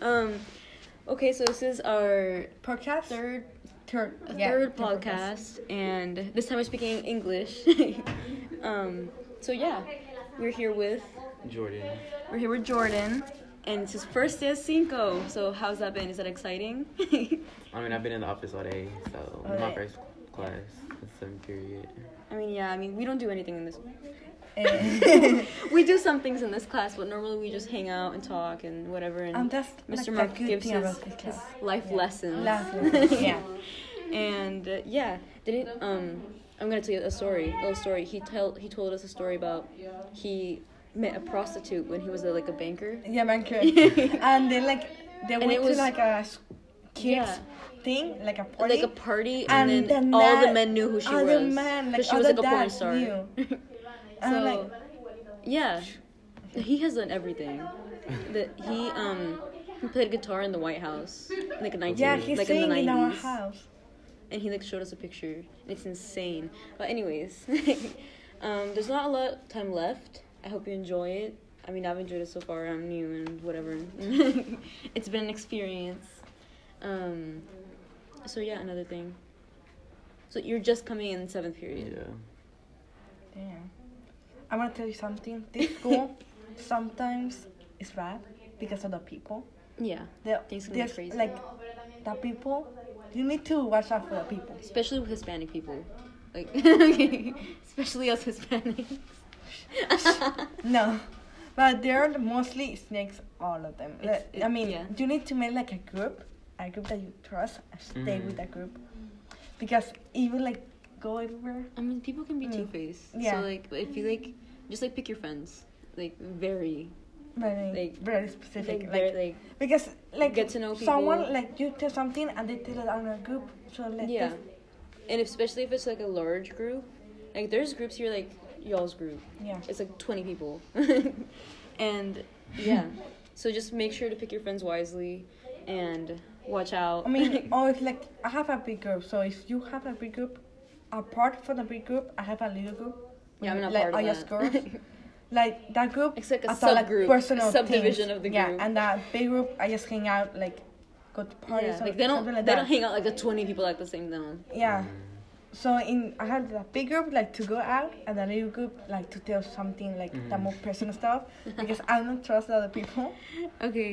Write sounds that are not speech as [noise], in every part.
um, okay, so this is our Podcast? third turn, Yeah, third different podcast, and this time we're speaking English. [laughs] um, so yeah, we're here with Jordan. we're here with Jordan, and it's his first day at Cinco. So how's that been? Is that exciting? [laughs] I mean, I've been in the office all day, so All my day. first class, the seventh period. I mean, yeah, I mean we don't do anything in this. And- [laughs] we do some things in this class, but normally we just hang out and talk and whatever. And Um, that's like Mr. the Mark good gives thing his, about this his class. life Yeah. lessons. [laughs] Life lessons, yeah. and uh, yeah, did it? Um, I'm gonna tell you a story. A little story. He tell he told us a story about he met a prostitute when he was a, like a banker. yeah, [laughs] man, correct. and then like they And it went was- to like a s- kids Yeah. thing, like a party. Like a party, And and, then the all the man- men knew who she all was. the men, like, Because she all was the like a porn dads star. [laughs] knew. and so, like yeah, he has done everything. That he um he played guitar in the White House, like a 19, yeah, he's like in singing the 90s. in our house. and he like showed us a picture and it's insane but anyways [laughs] um there's not a lot of time left i hope you enjoy it i mean i've enjoyed it so far i'm new and whatever [laughs] it's been an experience um so yeah another thing so you're just coming in seventh period Yeah. Damn. I want to tell you something. [laughs] This school sometimes is bad because of the people. yeah The, Things can be there's crazy. like the people. You need to watch out for the [laughs] people. especially with hispanic people like [laughs] especially us hispanics [laughs] No, but they're mostly snakes. All of them. It's- Like, I it- mean, yeah. you need to make like a group, a group that you trust. and Stay with Mhm. Mm-hmm. that group, because even like go everywhere. I mean, people can be Mm. two faced. Yeah. So like, but if you like, just like pick your friends, like very, Very, Like- very like, specific. Like, very, like because like get to know someone people. like you tell something and they tell it on a group. So let yeah, this- and especially if it's like a large group, like there's groups here like y'all's group. yeah. It's like twenty people, [laughs] and yeah. so just make sure to pick your friends wisely, and watch out. I [laughs] mean, [laughs] oh, it's like I have a big group. So if you have a big group, apart from the big group, I have a little group. yeah, I'm not like, part of I just that. [laughs] girls. like that group It's like a I thought, subgroup, personal a subdivision things. of the yeah, group. and that big group I just hang out like go to parties yeah, or like they don't something like they that. don't hang out like the twenty people at the same time. yeah. So in I had the big group like to go out and the little group like to tell something like the Mhm. more personal stuff because I don't trust the other people. Okay.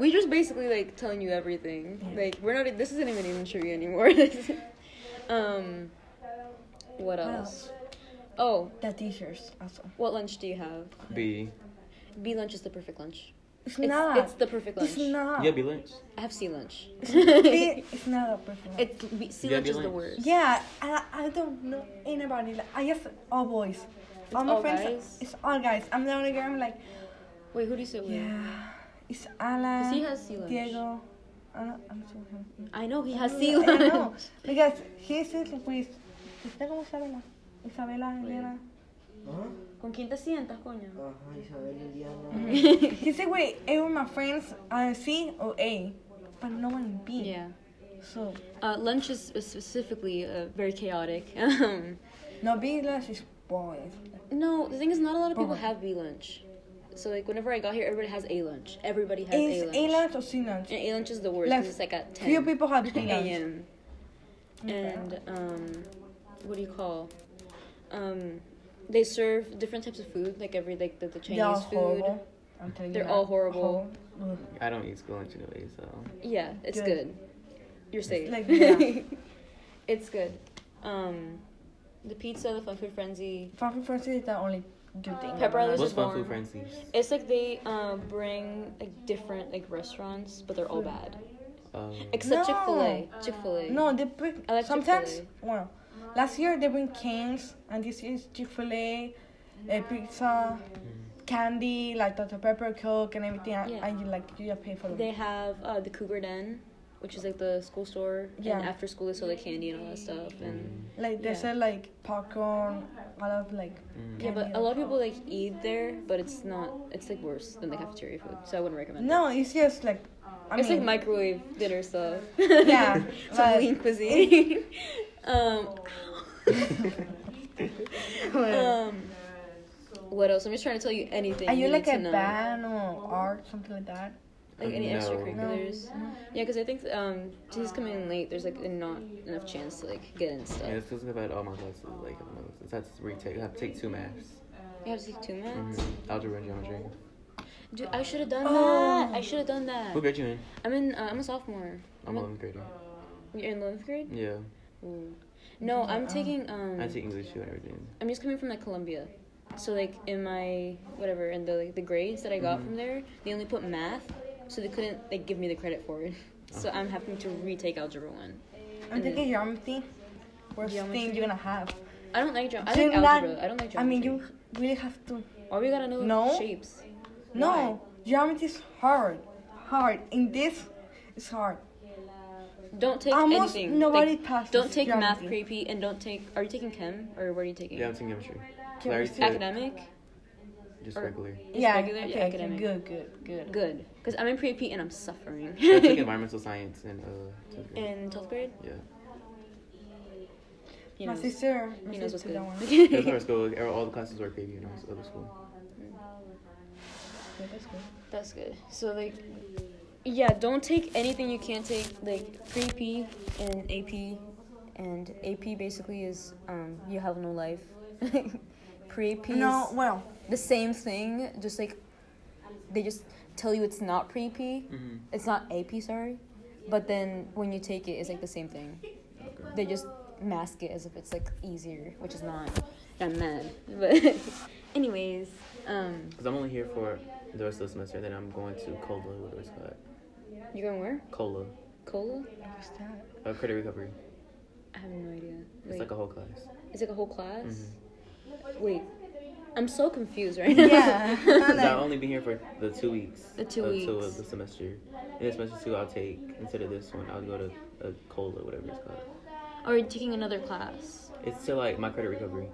We just basically like telling you everything. Yeah. Like we're not e, this isn't even even trivia anymore. [laughs] um what What else? Oh, The teachers also. what lunch do you have? B. B lunch is the perfect lunch. It's, It's, not. it's the perfect lunch. It's not. Yeah, B lunch. I have C lunch. [laughs] See, it's not a perfect. lunch. it's B, C Yeah, lunch B is the lunch. worst. Yeah, I, I don't know anybody. Like, I guess all boys. all my all friends, guys? it's all guys. I'm the only girl. I'm like, Wait, who do you sit with? yeah, it's Alan. 'Cause he has sea lunch. Diego. I don't, I'm so him. I know he has C I lunch. know, [laughs] because he sits with. ¿Está como Isabela? Isabela, Elena. Con quién te sientas, coño? Ajá, Isabel Liliana. [laughs] yeah. He sits with every of my friends, uh, C or A, but no one B. [laughs] So, Uh, lunch is is specifically uh, very chaotic. [laughs] Um, no B lunch is boys. No, the thing is, not a lot of people Bye-bye. have B lunch. So like, whenever I got here, everybody has A lunch. Everybody has A Is lunch. A lunch or C lunch? And A lunch is the worst. Like, 'cause it's like at ten. Few people [laughs] have B lunch. a.m. And um, what do you call? Um, they serve different types of food, like every like the, the Chinese They're all food. horrible. I'm telling They're you. that. all horrible. Hor- ugh. I don't eat school lunch anyway, so. Yeah, it's Good. good. You're safe. Like, yeah. [laughs] it's good. Um, the pizza, the fun food frenzy. Fun Frenzy is the only good thing. Pepper Brothers What's is fun food warm. frenzies? It's like they uh, bring like different like restaurants, but they're all bad. Um, Except No. Chick Fil A. Chick Fil A. No, they bring I like sometimes. Chick-fil-A. Well, last year they bring cans, and this is Chick Fil A, uh, pizza, mm, candy like Dr Pepper, Coke, and everything. and- Yeah. And you like you just pay for them. They have uh, the Cougar Den, which is like the school store. Yeah. And after school, they sell like candy and all that stuff. And like they yeah. sell like popcorn, a lot of like. yeah, but a lot of people like eat there, but it's not. It's like worse than the cafeteria food, so I wouldn't recommend. it. No, it's just like. I it's mean, like microwave [laughs] dinner stuff. Yeah, Some but- lean cuisine. [laughs] um, mm. um, what else? I'm just trying to tell you anything. Are you need like to a know. band or art, something like that? Like any No. extracurriculars? Yeah, because I think um, he's coming in late. There's like not enough chance to like get in stuff. [laughs] Yeah, it's because I've had all my classes, like, I don't know, it's had to retake, I have to take two maths. You have to take two maths. Mhm. Algebra and geometry. Mm-hmm. Dude, I should have done Oh. that. I should have done that. Who grade you in? I'm in. Uh, I'm a sophomore. I'm 11th grader. You're in eleventh grade. Yeah. Ooh. Mm. No, I'm Oh. taking. Um, I take English too and everything. I'm just coming from like Columbia, so like in my whatever in the like the grades that I got Mhm. from there, they only put math, so they couldn't like give me the credit for it. [laughs] So I'm having to retake algebra one. I'm And thinking geometry. Worst Geometry? thing you're gonna have. I don't like geometry. I Doing like that- algebra. I don't like geometry. I mean, you really have to. Or we gotta know No. shapes. No, geometry is hard. Hard. In this, it's hard. Don't take Almost anything. nobody like, passes Don't take math geometry. creepy and don't take. Are you taking chem or what are you taking? Yeah, I'm taking chemistry. Chemistry. Larry's too. Academic. Just or- regular. It's regular. okay, yeah, okay, academic. Good, good, good. Good. Because I'm in pre AP and I'm suffering. I [laughs] took environmental science and uh. tenth grade. in 12th grade? Yeah. He my knows, sister, my he knoes what's sister, good. that [laughs] one. That's our school. like, All the classes were baby in our other school. Yeah, that's good. That's good. So, like, yeah, don't take anything you can't take. Like, pre AP and AP. And AP basically is um, you have no life. [laughs] pre AP [laughs] No, well, the same thing, just like they just tell you it's not pre AP. Mhm. It's not AP, sorry. But then when you take it, it's like the same thing. They just mask it as if it's like easier, which is not. I'm mad. [laughs] But, anyways, um, Cause I'm only here for the rest of the semester. Then I'm going to COLA. What was that? you going where? COLA. Cola? what's that? Uh, credit recovery. I have no idea. It's like a whole class. it's like a whole class. Mhm. Wait, I'm so confused right now. [laughs] Yeah. Cause I've [laughs] Like- only been here for the two weeks. The two of- two weeks. of the semester. In this semester two, I'll take instead of this one, I'll go to a COLA, whatever it's called. Or you're taking another class. It's to like my credit recovery.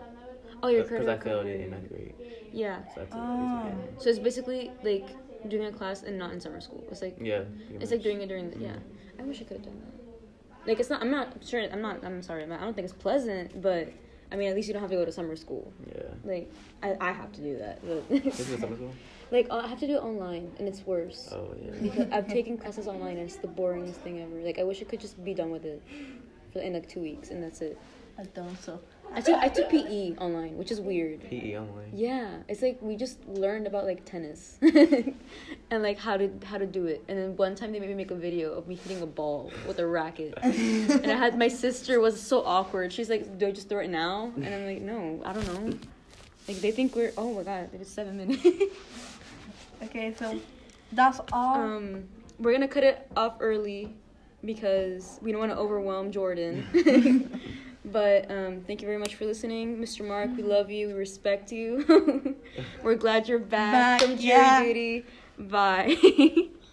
Oh, you're Because credit I failed it recovery. Ah. in ninth grade. Yeah. So I took Oh. it. So it's basically like doing a class and not in summer school. It's like Yeah. pretty It's like much. Mm-hmm. doing it during the yeah. I wish I could have done that. Like it's not. I'm not sure. I'm not. I'm sorry. I'm not- I don't think it's pleasant, but I mean, at least you don't have to go to summer school. Yeah. Like I, I have to do that. This is But summer school. [laughs] like I have to do it online, and it's worse. Oh yeah. [laughs] Because I've taken classes online, and it's the boringest thing ever. Like I wish I could just be done with it, for, in like two weeks, and that's it. I don't so. I took I took PE online, which is weird. PE E online. Yeah, it's like we just learned about like tennis [laughs] and like how to how to do it. And then one time they made me make a video of me hitting a ball with a racket. and I had my sister was so awkward. She's like, "Do I just throw it now?" And I'm like, "No, I don't know." Like they think we're oh my god, it's 7 minutes. [laughs] Okay, so that's all. um we're going to cut it off early because we don't want to overwhelm Jordan. But um, thank you very much for listening, Mr. Mark. We love you. We respect you. [laughs] We're glad you're back, Back, from jury yeah. duty. Bye. [laughs]